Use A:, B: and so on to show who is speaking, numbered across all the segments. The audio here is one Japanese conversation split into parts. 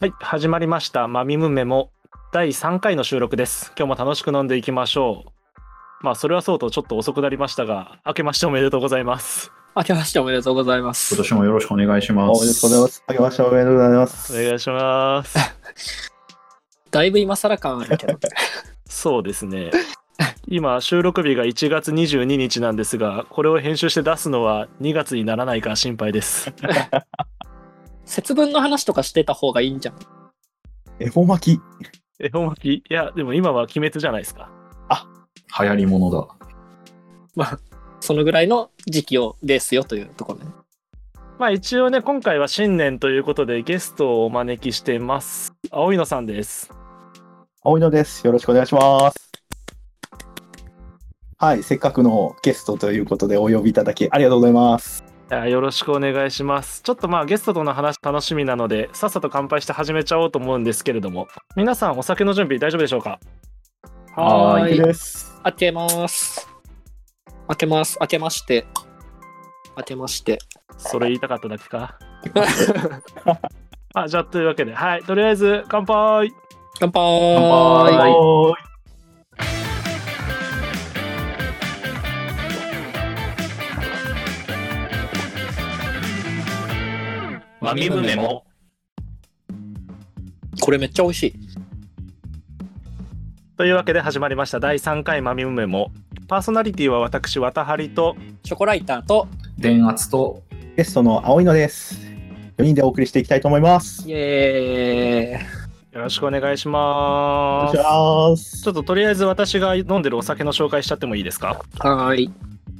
A: はい、始まりました。マミムメモ第3回の収録です。今日も楽しく飲んでいきましょう。まあ、それはそうとちょっと遅くなりましたが、明けましておめでとうございます。
B: 明けましておめでとうございます。
C: 今年もよろしくお願いしま
D: お
C: す。
D: めでとうございます。あげましておめでとうございま
A: お
D: す。
A: 願いします。
B: だいぶ今更感ある けど。
A: そうですね。今、収録日が1月22日なんですが、これを編集して出すのは2月にならないか心配です。
B: 節分の話とかしてた方がいいんじゃん。
D: 恵方巻き。
A: 恵方巻き、いや、でも今は鬼滅じゃないですか。
C: 流行りものだ。
B: そのぐらいの時期をですよというところね。
A: まあ一応ね、今回は新年ということでゲストをお招きしてます。青いのさんです。
D: 青いのです。よろしくお願いします。はい、せっかくのゲストということでお呼びいただきありがとうございます。
A: いやよろしくお願いします。ちょっとまあゲストとの話楽しみなので、さっさと乾杯して始めちゃおうと思うんですけれども、皆さんお酒の準備大丈夫でしょうか
C: はー
B: は
C: い
B: ーい。
D: です。
B: 開けます。開けます。開けまして。開けまして。
A: それ言いたかっただけか。あじゃあというわけで、はい、とりあえず乾杯
B: 乾杯
C: 乾杯
B: マミムメモこれめっちゃ美味しい。
A: というわけで始まりました第3回マミムメモ。パーソナリティは私、渡張と、
B: ショコライターと、
C: 電圧と、
D: ゲストの青いのです。4人でお送りしていきたいと思います。
B: イエーイ。
A: よろしくお願いし
D: お願
A: ま
D: い
A: す。
D: し
A: ちょっととりあえず私が飲んでるお酒の紹介しちゃってもいいですか
B: はーい。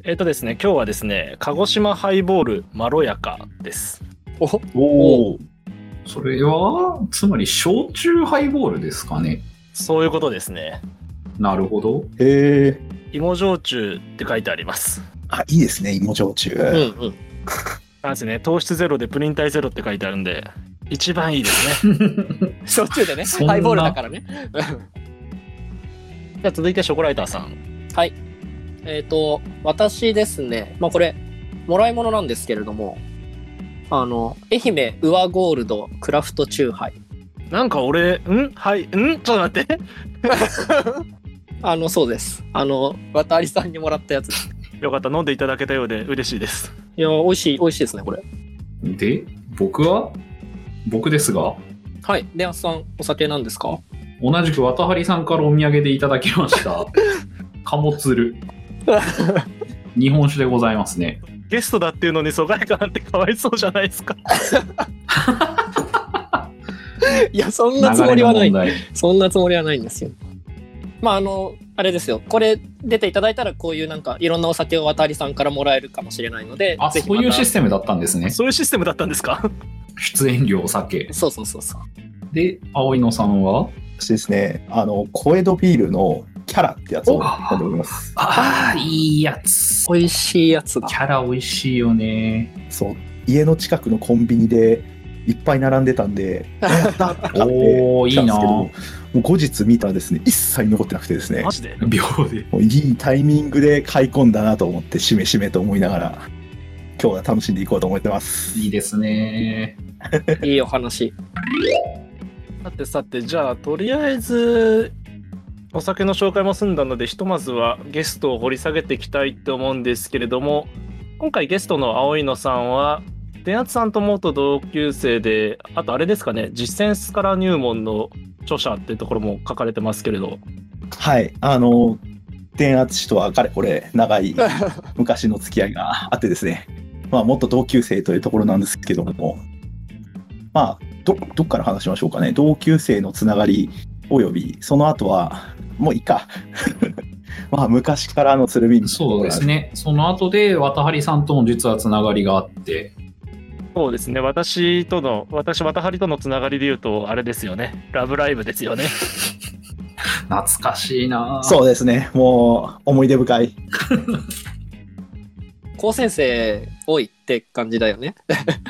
A: えっ、とですね、今日はですね、鹿児島ハイボールまろやかです。
B: お
D: おお、
C: それは、つまり、焼酎ハイボールですかね。
A: そういうことですね。
C: なるほど。
D: へえ。
A: 芋焼酎って書いてあります。
D: あ、いいですね、芋焼酎。
B: うんうん。
A: なんですね、糖質ゼロでプリン体ゼロって書いてあるんで、一番いいですね。
B: 焼酎でね
C: そん、な
B: ハイボールだからね。
A: じゃあ続いてショコライターさん。
B: えっ、と、私ですね、まあこれ、もらい物なんですけれども、あの、愛媛ウアゴールドクラフトチューハイ。
A: なんか俺、ん はい、んちょっと待って。
B: あの、そうです。あの、渡りさんにもらったやつ。
A: よかった、飲んでいただけたようで嬉しいです。
B: いや、美味しい、美味しいですね、これ。
C: で、僕は僕ですが、
B: はい。レアさん、お酒なんですか
C: 同じく渡張さんからお土産でいただき ました。カモツル。日本酒でございますね。
A: ゲストだっていうのに疎外感なんてかわいそうじゃないですか。
B: いや、そん
C: 流
B: なつも
C: れ
B: りは
C: の
B: ない
C: 問。題。
B: そんなつもりはないんですよ。まあ、あの、あれですよ。これ出ていただいたら、こういうなんか、いろんなお酒を渡りさんからもらえるかもしれないので、
C: あ、
B: ぜひ
C: そ
B: ま
C: う
B: た
C: いうシステムだったんですね。
A: そういうシステムだったんですか
C: 出演料お酒。
B: そうそうそうそう。
C: で、葵野さんは
D: 私ですね、あの、小江戸ビールのキャラってやつを
C: お
D: 飲んでおります。
C: ああ、いいやつ。
B: 美味しいやつだ
C: キ。ャラ美味しいよね。
D: そう、家の近くのコンビニでいっぱい並んでたんで、やったって買って
C: おー、い
D: 来た
C: い
D: んで
C: な
D: すけどもう後日見たらですね一切残ってなくてですね
A: マジで
C: 秒で。
D: もういいタイミングで買い込んだなと思ってしめしめと思いながら今日は楽しんでいこうと思ってます
C: いいですね。
B: いいお話。
A: さてさて、じゃあとりあえず、お酒の紹介も済んだので、ひとまずはゲストを掘り下げていきたいと思うんですけれども、今回ゲストの青い野さんは、電圧さんと元同級生で、あとあれですかね、実践スカラ入門の著者っていうところも書かれてますけれど、
D: はいあの電圧師とはかれこれ長い昔の付き合いがあってですねまあ元同級生というところなんですけどもまあどどっから話しましょうかね同級生のつながりおよびその後はもういいか まあ昔からのつるみみたいなとこ
C: そう
D: ろ
C: で
D: なん
C: すね。その後で、渡張さんとも実はつながりがあって、
A: そうですね、私との、私、渡張とのつながりで言うと、あれですよね、ラブライブですよね。
C: 懐かしいなう。
D: そうですね。もう、思い出深い。
B: 高先生多いって感じだよね。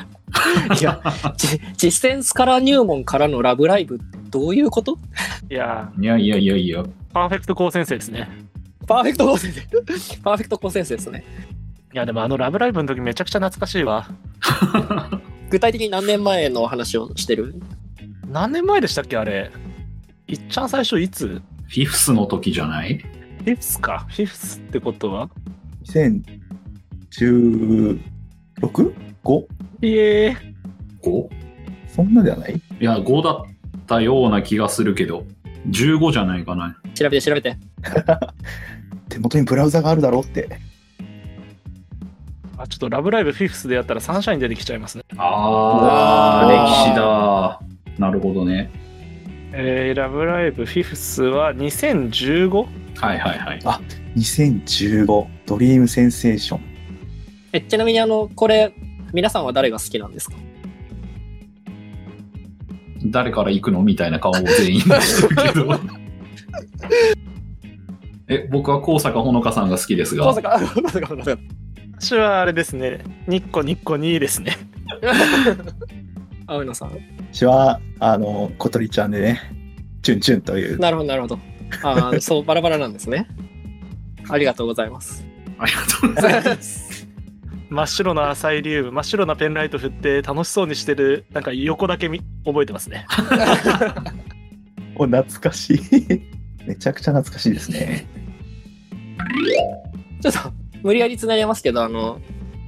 B: いや、 じ実践スカラ入門からのラブライブってどういうこと
A: いや
C: いやいやいやいや。
A: ー、パーフェクト高先生ですね。
B: パーフェクト高先生。 パーフェクト高先生ですね。
A: いや、でもあの、ラブライブの時めちゃくちゃ懐かしいわ。
B: 具体的に何年前のお話をしてる
A: 何年前でしたっけあれいっちゃん最初いつ
C: フィフスの時じゃない
A: フィフスかフィフスってことは
D: 2016?5?
A: いえ
C: ?5?
D: そんなではない
C: いや、5だったような気がするけど、15じゃないかな。
B: 調べて調べて。
D: 手元にブラウザがあるだろうって。
A: あちょっと「ラブライブフィフス」でやったらサンシャイン出てきちゃいますね
C: あ
B: う
C: ー、
B: わ
C: 歴
B: ー
C: 史だ。なるほどね。
A: えー、ラブライブフィフスは 2015?
C: はいはいはい。
D: 2015ドリームセンセーション。
B: え、ちなみにあの、これ、皆さんは誰が好きなんですか
C: 誰から行くのみたいな顔を全員してるけど。 え、僕は高坂ほのかさんが好きですが。
B: 高坂、高坂、高坂。
A: 私はあれですねニッコニッコ2ですね
B: 青野さん。
D: 私は、あの、小鳥ちゃんでね、チュンチュンという。
B: なるほど、なるほど。ああ、そう、バラバラなんですね。ありがとうござい ます。
C: ありがとうございます。
A: 真っ白なサイリウム真っ白なペンライト振って楽しそうにしてるなんか横だけみ覚えてますね
D: お、懐かしい。 めちゃくちゃ懐かしいですね。
B: ちょっと、無理やり繋げますけど、あの、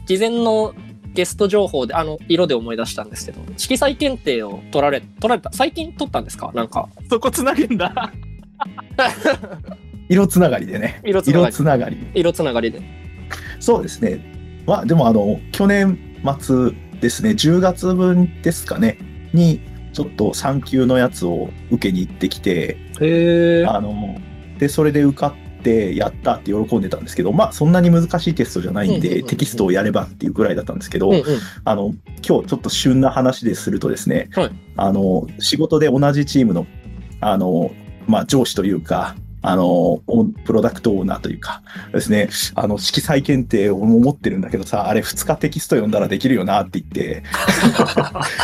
B: 事前のゲスト情報で、あの、色で思い出したんですけど、色彩検定を取られ、取られた、最近取ったんですかなんか、
A: そこつなげんだ
D: 色つながりでね。
B: 色つなが
D: 色
B: り
D: つ。ながり。
B: 色つながりで。
D: そうですね。まあ、でも、あの、去年末ですね、10月分ですかね、に、ちょっと3級のやつを受けに行ってきて、
B: へえ。
D: あの、で、それで受かって、やったって喜んでたんですけど、まあ、そんなに難しいテストじゃないん
B: うんうん
D: で、
B: うん
D: テキストをやればっていうぐらいだったんですけど、
B: うんうん。
D: あの、今日ちょっと旬な話でするとですね、
B: はい
D: あの、仕事で同じチームの、あの、まあ、上司というか、あの、オンプロダクトオーナーというか、ですね、あの、色彩検定を持ってるんだけどさ、あれ2日テキスト読んだらできるよなって 言って、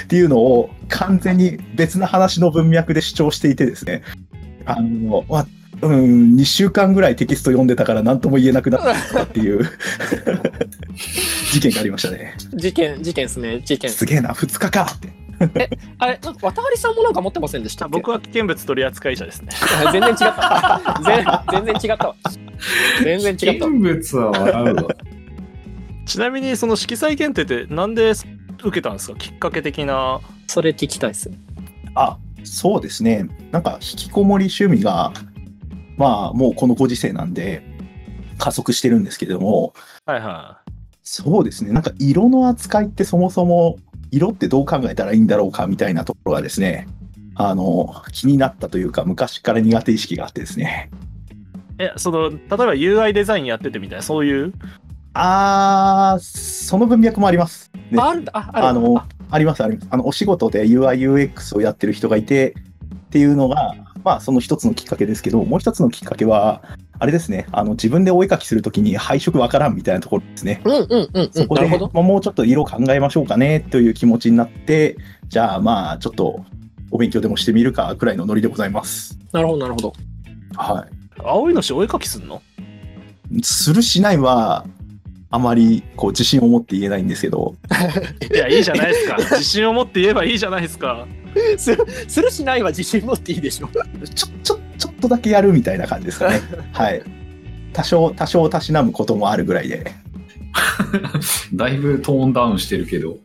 D: っていうのを完全に別な話の文脈で主張していてですね、あの、わうん、2週間ぐらいテキスト読んでたから何とも言えなくなったっていう 事件がありましたね。
B: 事件、事件ですね、事件。
D: すげえな、2日かって。
B: あれ、なんか渡りさんもなんか持ってませんでしたっけ
A: 僕は危険物取扱者ですね
B: 全然違 った。全全然違ったわ。全然違ったわ。
C: 人物は笑うわ。
A: ちなみにその色彩検定ってなんで受けたんですかきっかけ的な
B: それ聞きたいっすね。
D: あそうですね、なんか引きこもり趣味が、まあもうこのご時世なんで、加速してるんですけれども、
A: はいは
D: そうですね、なんか色の扱いってそもそも、色ってどう考えたらいいんだろうかみたいなところがですね、あの気になったというか、昔から苦手意識があってですね。
A: いえその例えば UI デザインやっててみたいなそういう
D: あー、その文脈もあります。ね
B: ああるんだ、あ、ある
D: あの、あります、あります。あの、お仕事で UIUX をやってる人がいてっていうのが、まあ、その一つのきっかけですけど、もう一つのきっかけは、あれですね、あの、自分でお絵描きするときに配色わからんみたいなところですね。
B: うんうんうんう
D: そ
B: ん。
D: こ
B: な
D: で、
B: るほど。
D: まあもうちょっと色考えましょうかねという気持ちになって、じゃあ、まあ、ちょっとお勉強でもしてみるかくらいのノリでございます。
B: なるほど、なるほど。
D: は
A: 青いのしお絵描きすんの
D: い。するしないは、あまりこう自信を持って言えないんですけど、
A: いやいいじゃない ですか自信を持って言えばいいじゃないですか
B: する、 するしないは自信持っていいでしょ。
D: ちょ、ちょ、ちょっとだけやるみたいな感じですか ね。はい。多少、多少たしなむこともあるぐらいで。
C: だいぶトーンダウンしてるけど。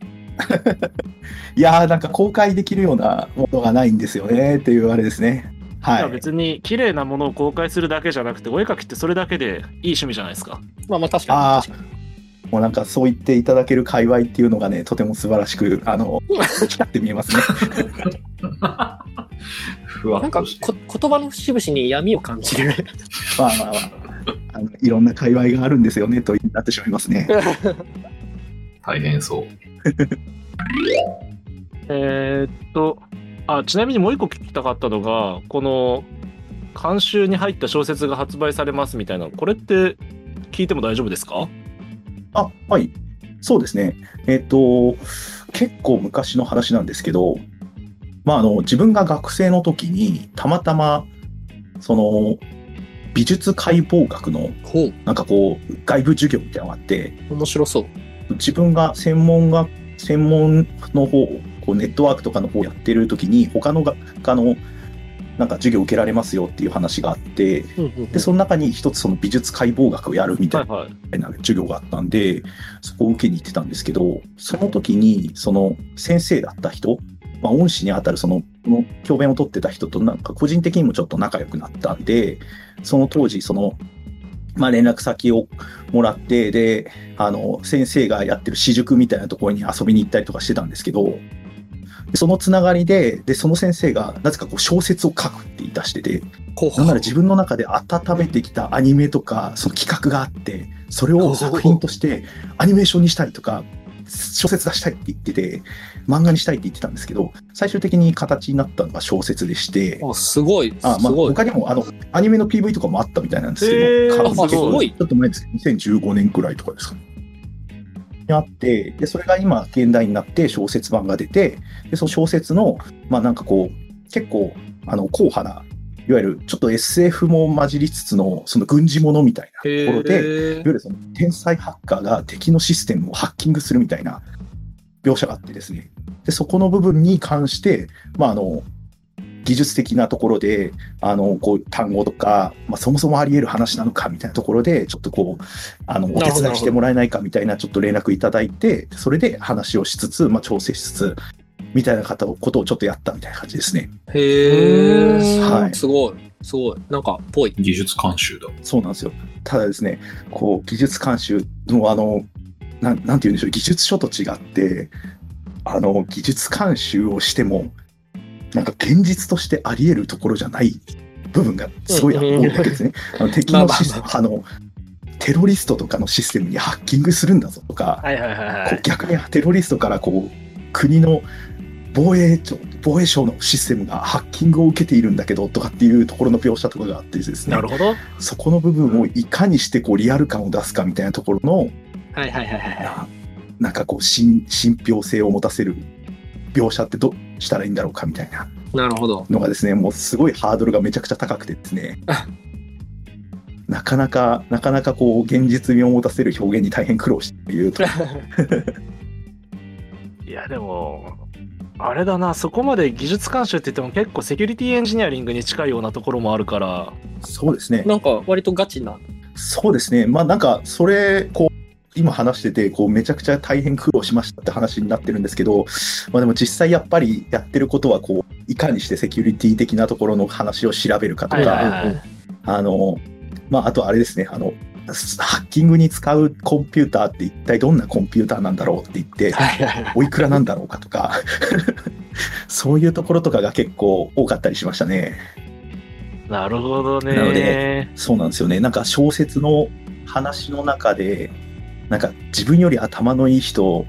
D: いやー、なんか公開できるようなものがないんですよねっていうあれですね。はい
A: や
D: い。
A: 別に綺麗なものを公開するだけじゃなくてお絵描きってそれだけでいい趣味じゃないですか
B: まあまあ確か
D: ああ、もうなんかそう言っていただける界隈っていうのがね、とても素晴らしく、あの、光って見えますね。
C: ふ
B: に。
C: わ
B: な
C: っ
B: んか
C: と
B: こ
C: して。
B: 言葉の節々に闇を感じる。
D: まあまあまあ。あのいろんな界隈があるんですよねとなってしまいますね。
C: 大変そう。
A: えーっとあちなみにもう一個聞きたかったのがこの監修に入った小説が発売されますみたいなこれって聞いても大丈夫ですか
D: あ、はい。そうですね。えっ、と、結構昔の話なんですけど、まあ、あの、自分が学生の時に、たまたま、その、美術解剖学の、
B: ほう。
D: なんかこう、外部授業みたいなのがあって、
B: 面白そう。
D: 自分が専門が、専門の方こうネットワークとかの方やってる時に他の学科のなんか授業受けられますよっていう話があって
B: うんうんうん
D: でその中に一つその美術解剖学をやるみたいな
A: はいはい。
D: な授業があったんで、そこを受けに行ってたんですけど、その時に、その先生だった人、まあ、恩師にあたるその、この教鞭を取ってた人と、なんか個人的にもちょっと仲良くなったんで、その当時、その、まあ、連絡先をもらって、で、あの、先生がやってる私塾みたいなところに遊びに行ったりとかしてたんですけど、でそのつながりで、で、その先生が、なぜかこう小説を書くって言い出してて、
B: ほう
D: な
B: ほ
D: ん
B: う
D: なら自分の中で温めてきたアニメとか、その企画があって、それを作品としてアニメーションにしたりとか、小説出したいって言ってて、漫画にしたいって言ってたんですけど、最終的に形になったのが小説でして、
B: あすごい、
D: あ
B: す
D: まあ、
B: ごい。
D: 他にもあのアニメの PV とかもあったみたいなんです
A: へ
D: け
A: ー
D: ど、
A: あすご
B: い
D: ちょっと前ですけど、2015年くらいとかですかね。にあってで、それが今、現代になって小説版が出て、でその小説の、まあなんかこう、結構、あの、硬派な、いわゆるちょっと SF も混じりつつの、その軍事ものみたいな
A: へ
D: ところで、い
A: ー
D: わゆるその天才ハッカーが敵のシステムをハッキングするみたいな描写があってですね。で、そこの部分に関して、まあ、あの、技術的なところで、あの、こう、単語とか、まあ、そもそもあり得る話なのかみたいなところで、ちょっとこう、あの、お
B: なるほど
D: 手伝いしてもらえないかみたいな、ちょっと連絡いただいて、それで話をしつつ、まあ、調整しつつ、みたいな方をことをちょっとやったみたいな感じですね。
B: へえ、
D: はい
B: すごい、すごい。なんか、ぽい。
C: 技術監修だ。
D: そうなんですよ。ただですね、こう、技術監修の、あの、なんなんて言うんでしょう、技術書と違って、あの、技術監修をしても、なんか現実としてあり得るところじゃない部分がすごいあるんだけですね。あの敵
B: まあ
D: の
B: まあ
D: システム、あの、テロリストとかのシステムにハッキングするんだぞとか、
A: はいはいはいは
D: こう
A: い。
D: 逆にテロリストからこう国の防衛庁防衛省のシステムがハッキングを受けているんだけどとかっていうところの描写とかがあってですね
A: なるほど。はい
D: そこの部分をいかにしてこうリアル感を出すかみたいなところの
A: はいはいはい。
D: ななんかこう信信憑性を持たせる描写ってどうしたらいいんだろうかみたいな
B: なるほ ど。
D: のがですねもうすごいハードルがめちゃくちゃ高くてですねなかなかなかなかこう現実味を持たせる表現に大変苦労していると
A: いやでも、あれだな、そこまで技術監修って言っても結構セキュリティエンジニアリングに近いようなところもあるから、
D: そうですね
B: なんか、割とガチな。
D: そうですね、まあなんか、それ、こう、今話してて、こう、めちゃくちゃ大変苦労しましたって話になってるんですけど、まあでも実際やっぱりやってることは、こう、いかにしてセキュリティ的なところの話を調べるかと
A: はいはい
D: か、
A: はいはい
D: あの、まああとあれですね、あの、ハッキングに使うコンピューターって一体どんなコンピューターなんだろうって言って、
A: はいはいはい。
D: おいくらなんだろうかとか、 そういうところとかが結構多かったりしましたね。
A: なるほどね。
D: なのでそうなんですよね。なんか小説の話の中で、なんか自分より頭のいい人を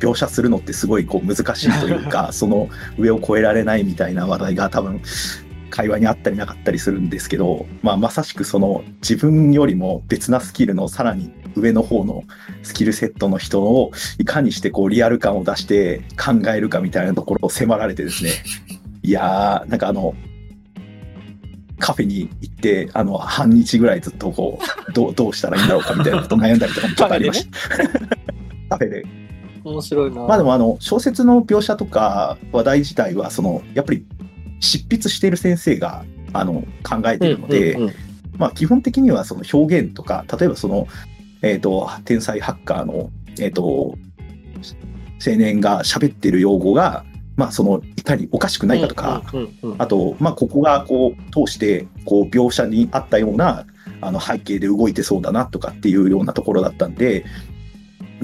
D: 描写するのってすごいこう難しいというか、その上を越えられないみたいな話題が多分会話にあったりなかったりするんですけど、まあまさしくその自分よりも別なスキルのさらに上の方のスキルセットの人をいかにしてこうリアル感を出して考えるかみたいなところを迫られて ですね、いやー、なんかあの、カフェに行って、あの、半日ぐらいずっとこう、どう、どうしたらいいんだろうかみたいなこと悩んだりとかもちょっとありました。カフェで。
B: 面白いな。
D: まあでもあの、小説の描写とか話題自体は、その、やっぱり執筆している先生が、あの、考えているので、
B: うんうんうん
D: まあ、基本的にはその表現とか、例えばその、えっ、と、天才ハッカーの、えっ、と、青年が喋ってる用語が、まあ、その、いかにおかしくないかとか、
B: うんうんうん
D: あと、まあ、ここがこう、通して、こう、描写にあったような、あの、背景で動いてそうだなとかっていうようなところだったんで、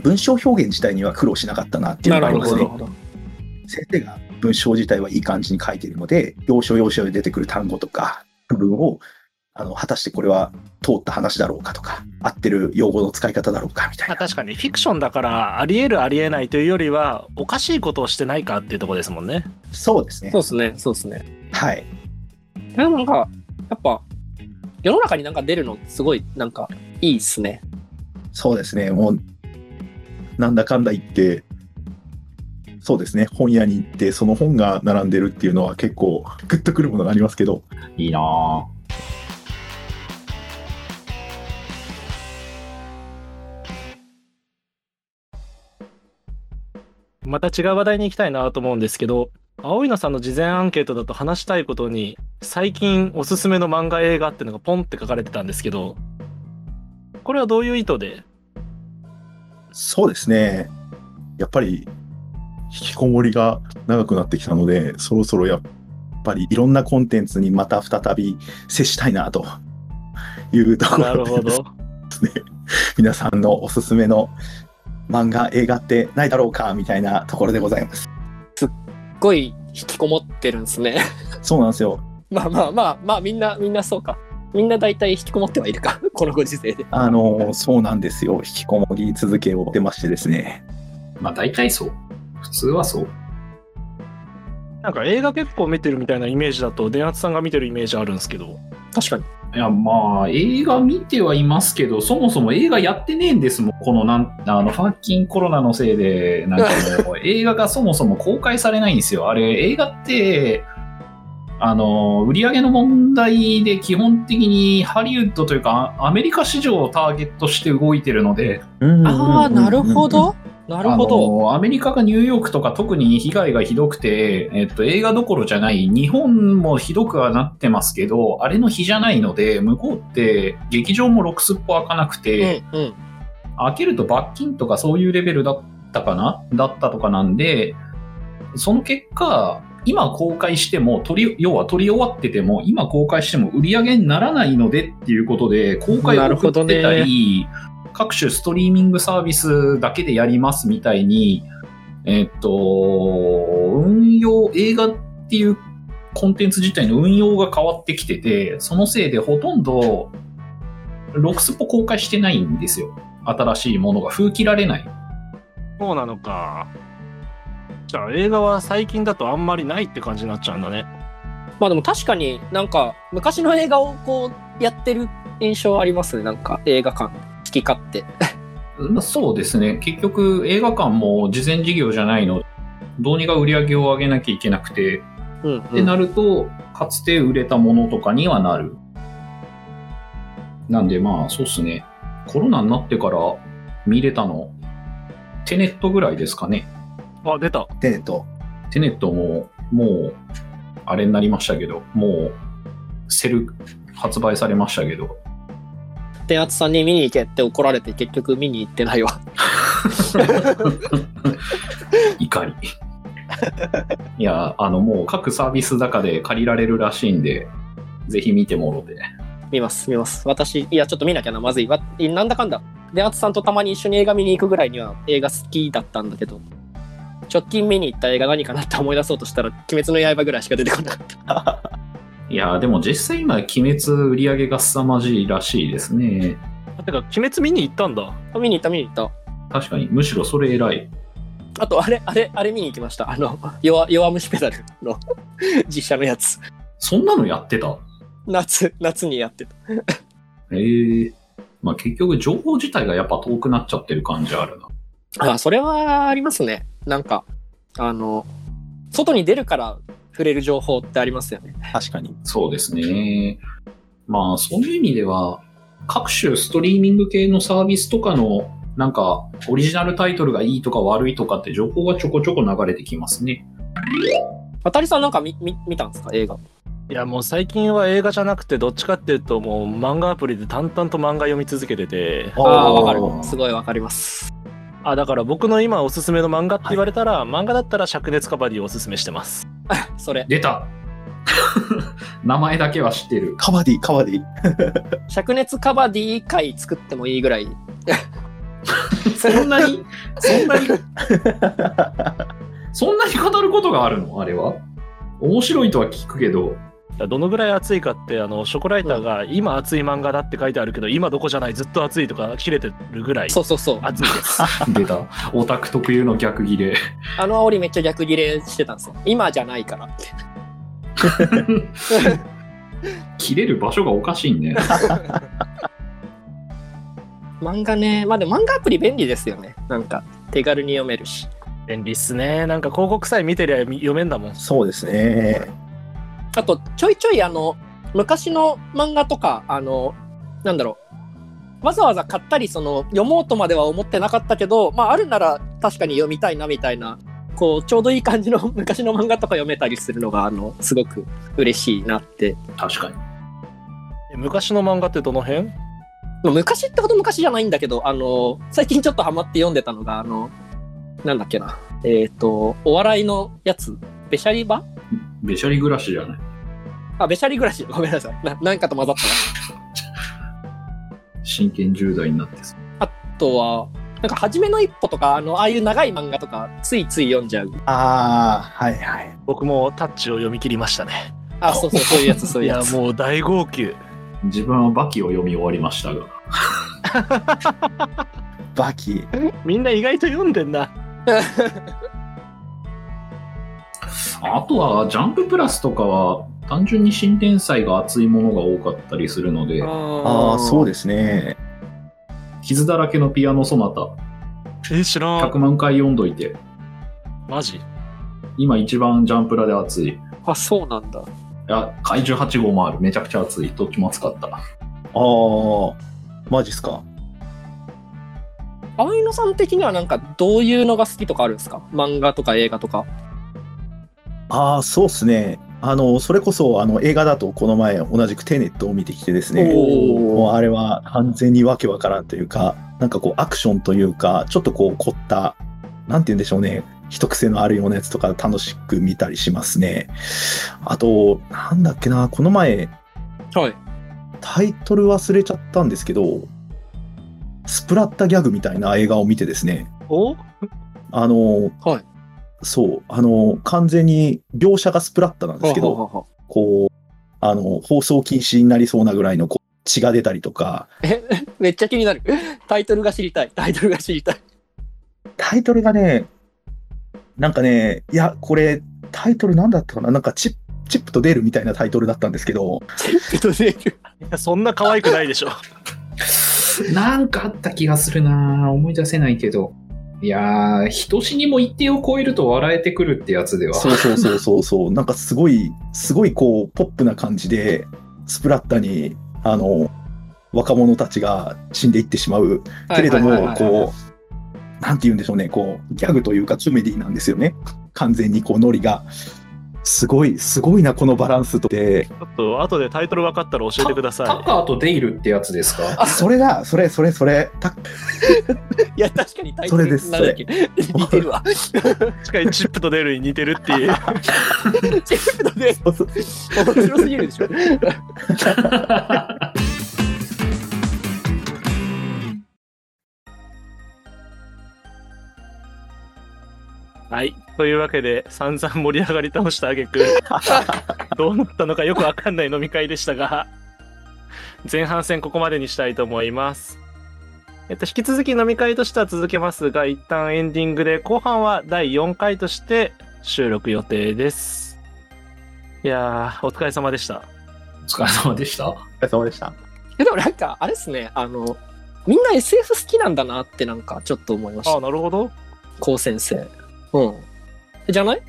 D: 文章表現自体には苦労しなかったなっていうのがあります
B: なる
D: ね
B: ほ。ど。
D: 先生が文章自体はいい感じに書いているので、要所要所で出てくる単語とか、部分を、あの、果たしてこれは通った話だろうかとか、合ってる用語の使い方だろうかみたい
A: まあ
D: な。
A: 確かにフィクションだからありえるありえないというよりはおかしいことをしてないかっていうところですもんね。
D: そうですね
B: そう。ですね、そうですね。
D: はい。
B: でもなんか、やっぱ、世の中になんか出るの、すごい、なんか、いいっすね。
D: そうですね。もう、なんだかんだ言って、そうですね。本屋に行って、その本が並んでるっていうのは結構、グッとくるものがありますけど、
C: いいなぁ。
A: また違う話題に行きたいなと思うんですけど青いのさんの事前アンケートだと話したいことに最近おすすめの漫画映画っていうのがポンって書かれてたんですけどこれはどういう意図で
E: そうですね。やっぱり、引きこもりが長くなってきたので、そろそろやっぱりいろんなコンテンツにまた再び接したいなというとこ
A: なる
E: ろ
A: ほ
E: で
A: ど
E: ですね。皆さんのおすすめの漫画、映画ってないだろうかみたいなところでございます。
B: すっごい引きこもってるんですね。
E: そうなんですよ。
B: まあまあまあまあみんなみんなそうか。みんな大体引きこもってはいるか。 このご時世で。
E: あの、そうなんですよ。引きこもり続けを出ましてですね。
C: まあ大体そう。普通はそう。
A: なんか映画結構見てるみたいなイメージだと電圧さんが見てるイメージあるんですけど
B: 確かに。
C: いや、まあ、映画見てはいますけど、そもそも映画やってねえんですもん。このなん、あの、ファッキンコロナのせいで、なんか もう、映画がそもそも公開されないんですよ。あれ、映画って、あの、売り上げの問題で基本的にハリウッドというか、アメリカ市場をターゲットして動いてるので、
B: ああ、なるほ。ど。なるほど。
C: あのアメリカがニューヨークとか特に被害がひどくて、えっと、映画どころじゃない、日本もひどくはなってますけど、あれの日じゃないので、向こうって劇場もろくすっぽ開かなく
B: う
C: て、
B: んうん。
C: 開けると罰金とかそういうレベルだったかなだったとかなんで、その結果、今公開しても、撮り、要は撮り終わってても、今公開しても売り上げにならないのでっていうことで、公開
B: な
C: を
B: るほど
C: 送ってた
B: ね
C: り、各種ストリーミングサービスだけでやりますみたいに、えっと、運用、映画っていうコンテンツ自体の運用が変わってきてて、そのせいでほとんど、ロクスポ公開してないんですよ。新しいものが封切られない。
A: そうなのかじゃあ映画は最近だとあんまりないって感じになっちゃうんだね
B: まあでも確かになんか昔の映画をこうやってる印象ありますね。なんか映画館。好き勝手。
C: まあそうですね。結局映画館も事前事業じゃないの。どうにか売り上げを上げなきゃいけなくて、っ
B: うん、
C: てなると、かつて売れたものとかにはなる。なんでまあそうっすね。コロナになってから見れたの、テネットぐらいですかね。
A: あ出た
E: テネット。
C: テネットも、もう、あれになりましたけど、もう、セル、発売されましたけど、
B: 電圧さんに見に行けって怒られて結局見に行ってないわ。
C: 怒り。 いや、あの、もう各サービス中で借りられるらしいんで、ぜひ見てもろて。
B: 見ます、見ます。私、いや、ちょっと見なきゃな、まずい。わなんだかんだ。で、あつさんとたまに一緒に映画見に行くぐらいには映画好きだったんだけど、直近見に行った映画何かなって思い出そうとしたら、鬼滅の刃ぐらいしか出てこなかった。
C: いや、でも実際今、鬼滅売り上げが凄まじいらしいですね。
A: あてか鬼滅見に行ったんだ
B: あ見に行った、 見に行った。
C: 確かに、むしろそれ偉い。
B: あと、あれ、あれ、あれ見に行きました。あの、弱弱虫ペダルの 実写のやつ。
C: そんなのやってた
B: 夏、夏にやってた。
C: ええまあ結局、情報自体がやっぱ遠くなっちゃってる感じあるな。
B: あ、それはありますね。なんか、あの、外に出るから触れる情報ってありますよね。
E: 確かに。
C: そうですね。まあ、そういう意味では、各種ストリーミング系のサービスとかの、なんか、オリジナルタイトルがいいとか悪いとかって情報がちょこちょこ流れてきますね。
B: あたりさんなんか見、見、見たんですか映画。
A: いやもう最近は映画じゃなくてどっちかっていうともう漫画アプリで淡々と漫画読み続けてて
E: あ
B: ああ、わかる。すごいわかります。
A: あだから僕の今おすすめの漫画って言われたら、漫画だったら灼熱カバディをおすすめしてます
B: それ。
C: 出た 名前だけは知ってる。
E: カバディ、カバディ。
B: 灼熱カバディ会作ってもいいぐらい。
C: そんなに、そんなに、そんなに語ることがあるのあれは。面白いとは聞くけど、
A: どのぐらい熱いかってあのショコライターが今熱い漫画だって書いてあるけど今どこじゃないずっと熱いとか切れてるぐらい
B: そうそうそう。
A: 熱いです
C: 出た。 オタク特有の逆ギレ。
B: あの煽りめっちゃ逆ギレしてたんですよ。今じゃないから。
C: 切れる場所がおかしいね。
B: 漫画ね。まあでも漫画アプリ便利ですよね。なんか手軽に読めるし。
A: 便利っすねなんか広告さえ見てりゃ読めんだもん
E: そうですね。
B: あと、ちょいちょいあの、昔の漫画とか、あの、なんだろう。わざわざ買ったり、その、読もうとまでは思ってなかったけど、まあ、あるなら確かに読みたいなみたいなこうちょうどいい感じの昔の漫画とか読めたりするのがあのすごく嬉しいなって
C: 確かに。
A: え昔の漫画ってどの辺
B: まあ昔ってほど昔じゃないんだけどあの最近ちょっとハマって読んでたのがあのなんだっけなえっ、とお笑いのやつべしゃりば
C: べしゃり暮らしじゃない。
B: あべしゃり暮らし ごめんなさいななんかと混ざった
C: 真剣10代になってさ
B: あとはなんか初めの一歩とかあのああいう長い漫画とかついつい読んじゃう
D: ああ、はいはい。
A: 僕もタッチを読み切りましたね。
B: あそうそうそういうやつそう
A: い
B: いう
A: や
B: やつ
A: もう大号泣。
C: 自分はバキを読み終わりましたが。
D: バキ。
A: みんな意外と読んでんな。
C: あとは、ジャンププラスとかは、単純に新天才が熱いものが多かったりするので、
D: ああ、そう
B: で
D: ですね。
C: 傷だらけのピアノソナタ、
A: え知ら
C: 100万回読んどいて、
A: マジ
C: 今一番ジャンプラで熱い。
B: あそうなんだ
C: あ、怪獣8号もある。めちゃくちゃ熱い。どっちも熱かった。
D: ああ、マジっすか。
B: 青野さん的にはなんかどういうのが好きとかあるんですか漫画とか映画とか
D: ああ、そうっすね。あの、それこそ、あの、映画だとこの前同じくテネットを見てきてですね。
B: お
D: もうあれは完全にわけわからんというか、なんかこうアクションというか、ちょっとこう凝った、なんて言うんでしょうね。一癖のあるようなやつとか楽しく見たりしますね。あと、なんだっけな、この前、
B: はい
D: タイトル忘れちゃったんですけど、スプラッタギャグみたいな映画を見てですね、
A: お
D: あの、
B: はい
D: そう、あの、完全に描写がスプラッタなんですけど、
B: はははは
D: こう、あの、放送禁止になりそうなぐらいのこう血が出たりとか、
B: めっちゃ気になるタイトルが知りたいタイトルが知りたい
D: タイトルがね、なんかね、いや、これ、タイトルなんだったかななんかチップ、チップとデールみたいなタイトルだったんですけど、
A: いやそんな可愛くないでしょ。
C: なんかあった気がするな思い出せないけど。いやー、人死にも一定を超えると笑えてくるってやつでは。
D: そうそうそうそうそう、 なんかすごい、すごいこう、ポップな感じで、スプラッタに、あの、若者たちが死んでいってしまう。けれど
B: はいはいは
D: も、
B: いはい
D: こう、なんて言うんでしょうね、こう、ギャグというかコメディなんですよね。 完全にこう、ノリが。すごい、すごいな、このバランスと。で、
A: ちょっと後でタイトル分かったら教えてくだ
C: タ
A: さ
C: カーとデイルってやつですか
D: それだ、それ、それ、それ、た
B: いや確かにタイ
D: そ
B: トル
D: れです
B: なんだっけ似てる わ
A: い。しかにチップとデールに似てるっていう。
B: チェックで面白すぎる でしょ
A: はい。というわけで、散々盛り上がり倒した挙 句どうなったのかよくわかんない飲み会でしたが、前半戦ここまでにしたいと思います。えっと、引き続き飲み会としては続けますが、一旦エンディングで、後半は第4回として収録予定です。いやー、お疲れ様でした。
C: お疲れ様でした。
D: お疲れ様でした。
B: でもなんかあれですねあのみんな SF 好きなんだなってなんかちょっと思いまし
A: あ
B: た
A: あ、なるほど。
B: 高先生うんじゃない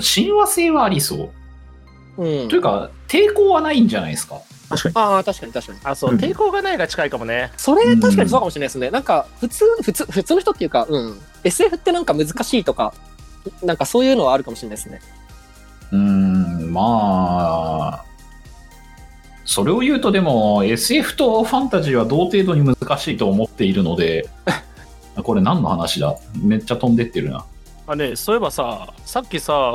C: 親和性はありそう。
B: うん
C: というか、抵抗はないんじゃないですか。
B: ああ確かに確かに
A: あ、そう、
D: うん
A: 抵抗がないが近いかもね。
B: それ確かにそうかもしれないですね。なんか普通普通普通の人っていうか、うん、SF ってなんか難しいとか、なんかそういうのはあるかもしれないですね。
C: うーん、まあ、それを言うとでも、SF とファンタジーは同程度に難しいと思っているので、 これ何の話だめっちゃ飛んでってるな。
A: あね、そういえばさ、さっきさ、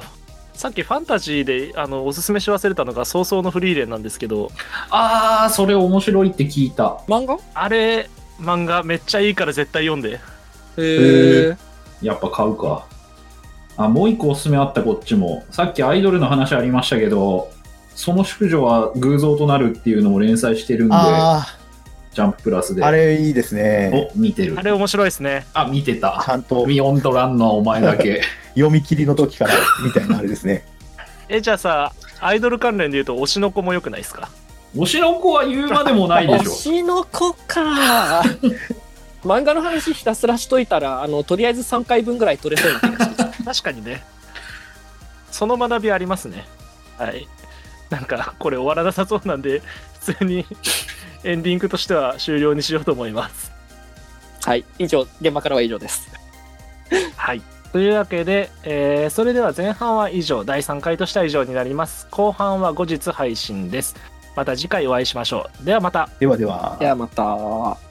A: さっきファンタジーであのおすすめし忘れたのが早々のフリーレンなんですけど、
C: あー、それ面白いって聞いた。
B: 漫画
A: あれ、漫画めっちゃいいから絶対読んで。
B: へえ。
C: やっぱ買うか。あ、もう一個おすすめあったこっちも。さっきアイドルの話ありましたけど、その淑女は偶像となるっていうのを連載してるんで、
D: あ
C: ジャンププラスで。
D: あ、あれいいですね。
C: お、見てる
A: あ。れ面白いですね。
C: あ、見て
D: ち
C: た。
D: ゃんと
C: ビヨンドランナーお前 だけ。
D: 読み切りの時からみたいなあれですね。
A: え、じゃあさ、アイドル関連で言うと推しの子も良くないですか
C: 推しの子は言うまでもないで
B: 推
C: しょ。
B: しの子 か。漫画の話ひたすらしといたら、あのとりあえず3回分ぐらい取れそうな気がして。
A: 確かにね。その学びありますね。はい。なんか、これ終わらなさそうなんで、普通に エンディングとしては終了にしようと思います。
B: はい、以上現場からは以上です。
A: はい。というわけで、えーそれでは前半は以上、第3回としては以上になります。後半は後日配信です。また次回お会いしましょう。ではまた。
D: ではでは。
B: ではまた。